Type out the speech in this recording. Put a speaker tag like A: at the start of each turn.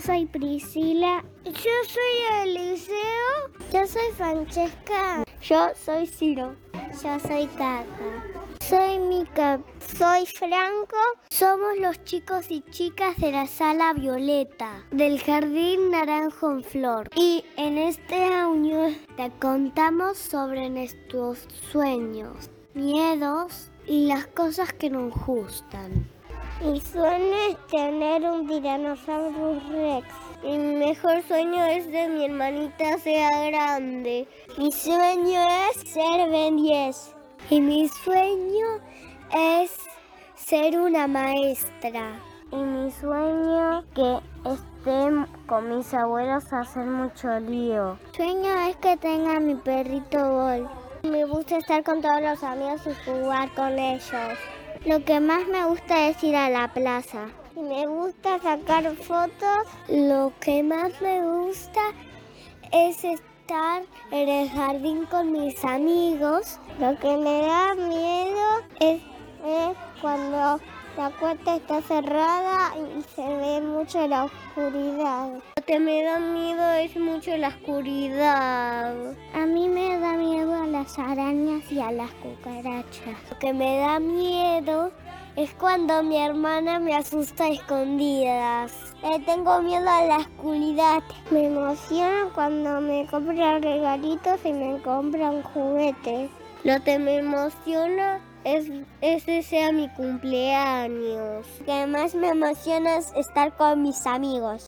A: soy Priscila. Yo soy Eliseo. Yo soy Francesca. Yo soy Ciro. Yo soy Tata. Soy Mica. Soy Franco. Somos los chicos y chicas de la sala violeta del jardín naranjo en flor. Y en este año te contamos sobre nuestros sueños, miedos y las cosas que nos gustan. Mi sueño es tener un Tyrannosaurus Rex. Mi mejor sueño es que mi hermanita sea grande. Mi sueño es ser Ben 10. Y mi sueño es ser una maestra. Y mi sueño que estén con mis abuelos a hacer mucho lío. Sueño es que tenga mi perrito Gol. Me gusta estar con todos los amigos y jugar con ellos. Lo que más me gusta es ir a la plaza. Y me gusta sacar fotos. Lo que más me gusta es estar en el jardín con mis amigos. Lo que me da miedo es, es cuando la puerta está cerrada y se ve mucho la oscuridad. Lo que me da miedo es mucho la oscuridad. A mí me da miedo a las arañas y a las cucarachas. Lo que me da miedo es cuando mi hermana me asusta a escondidas. Le tengo miedo a la oscuridad. Me emociona cuando me compran regalitos y me compran juguetes. Lo que me emociona es ese sea mi cumpleaños. Lo que más me emociona es estar con mis amigos.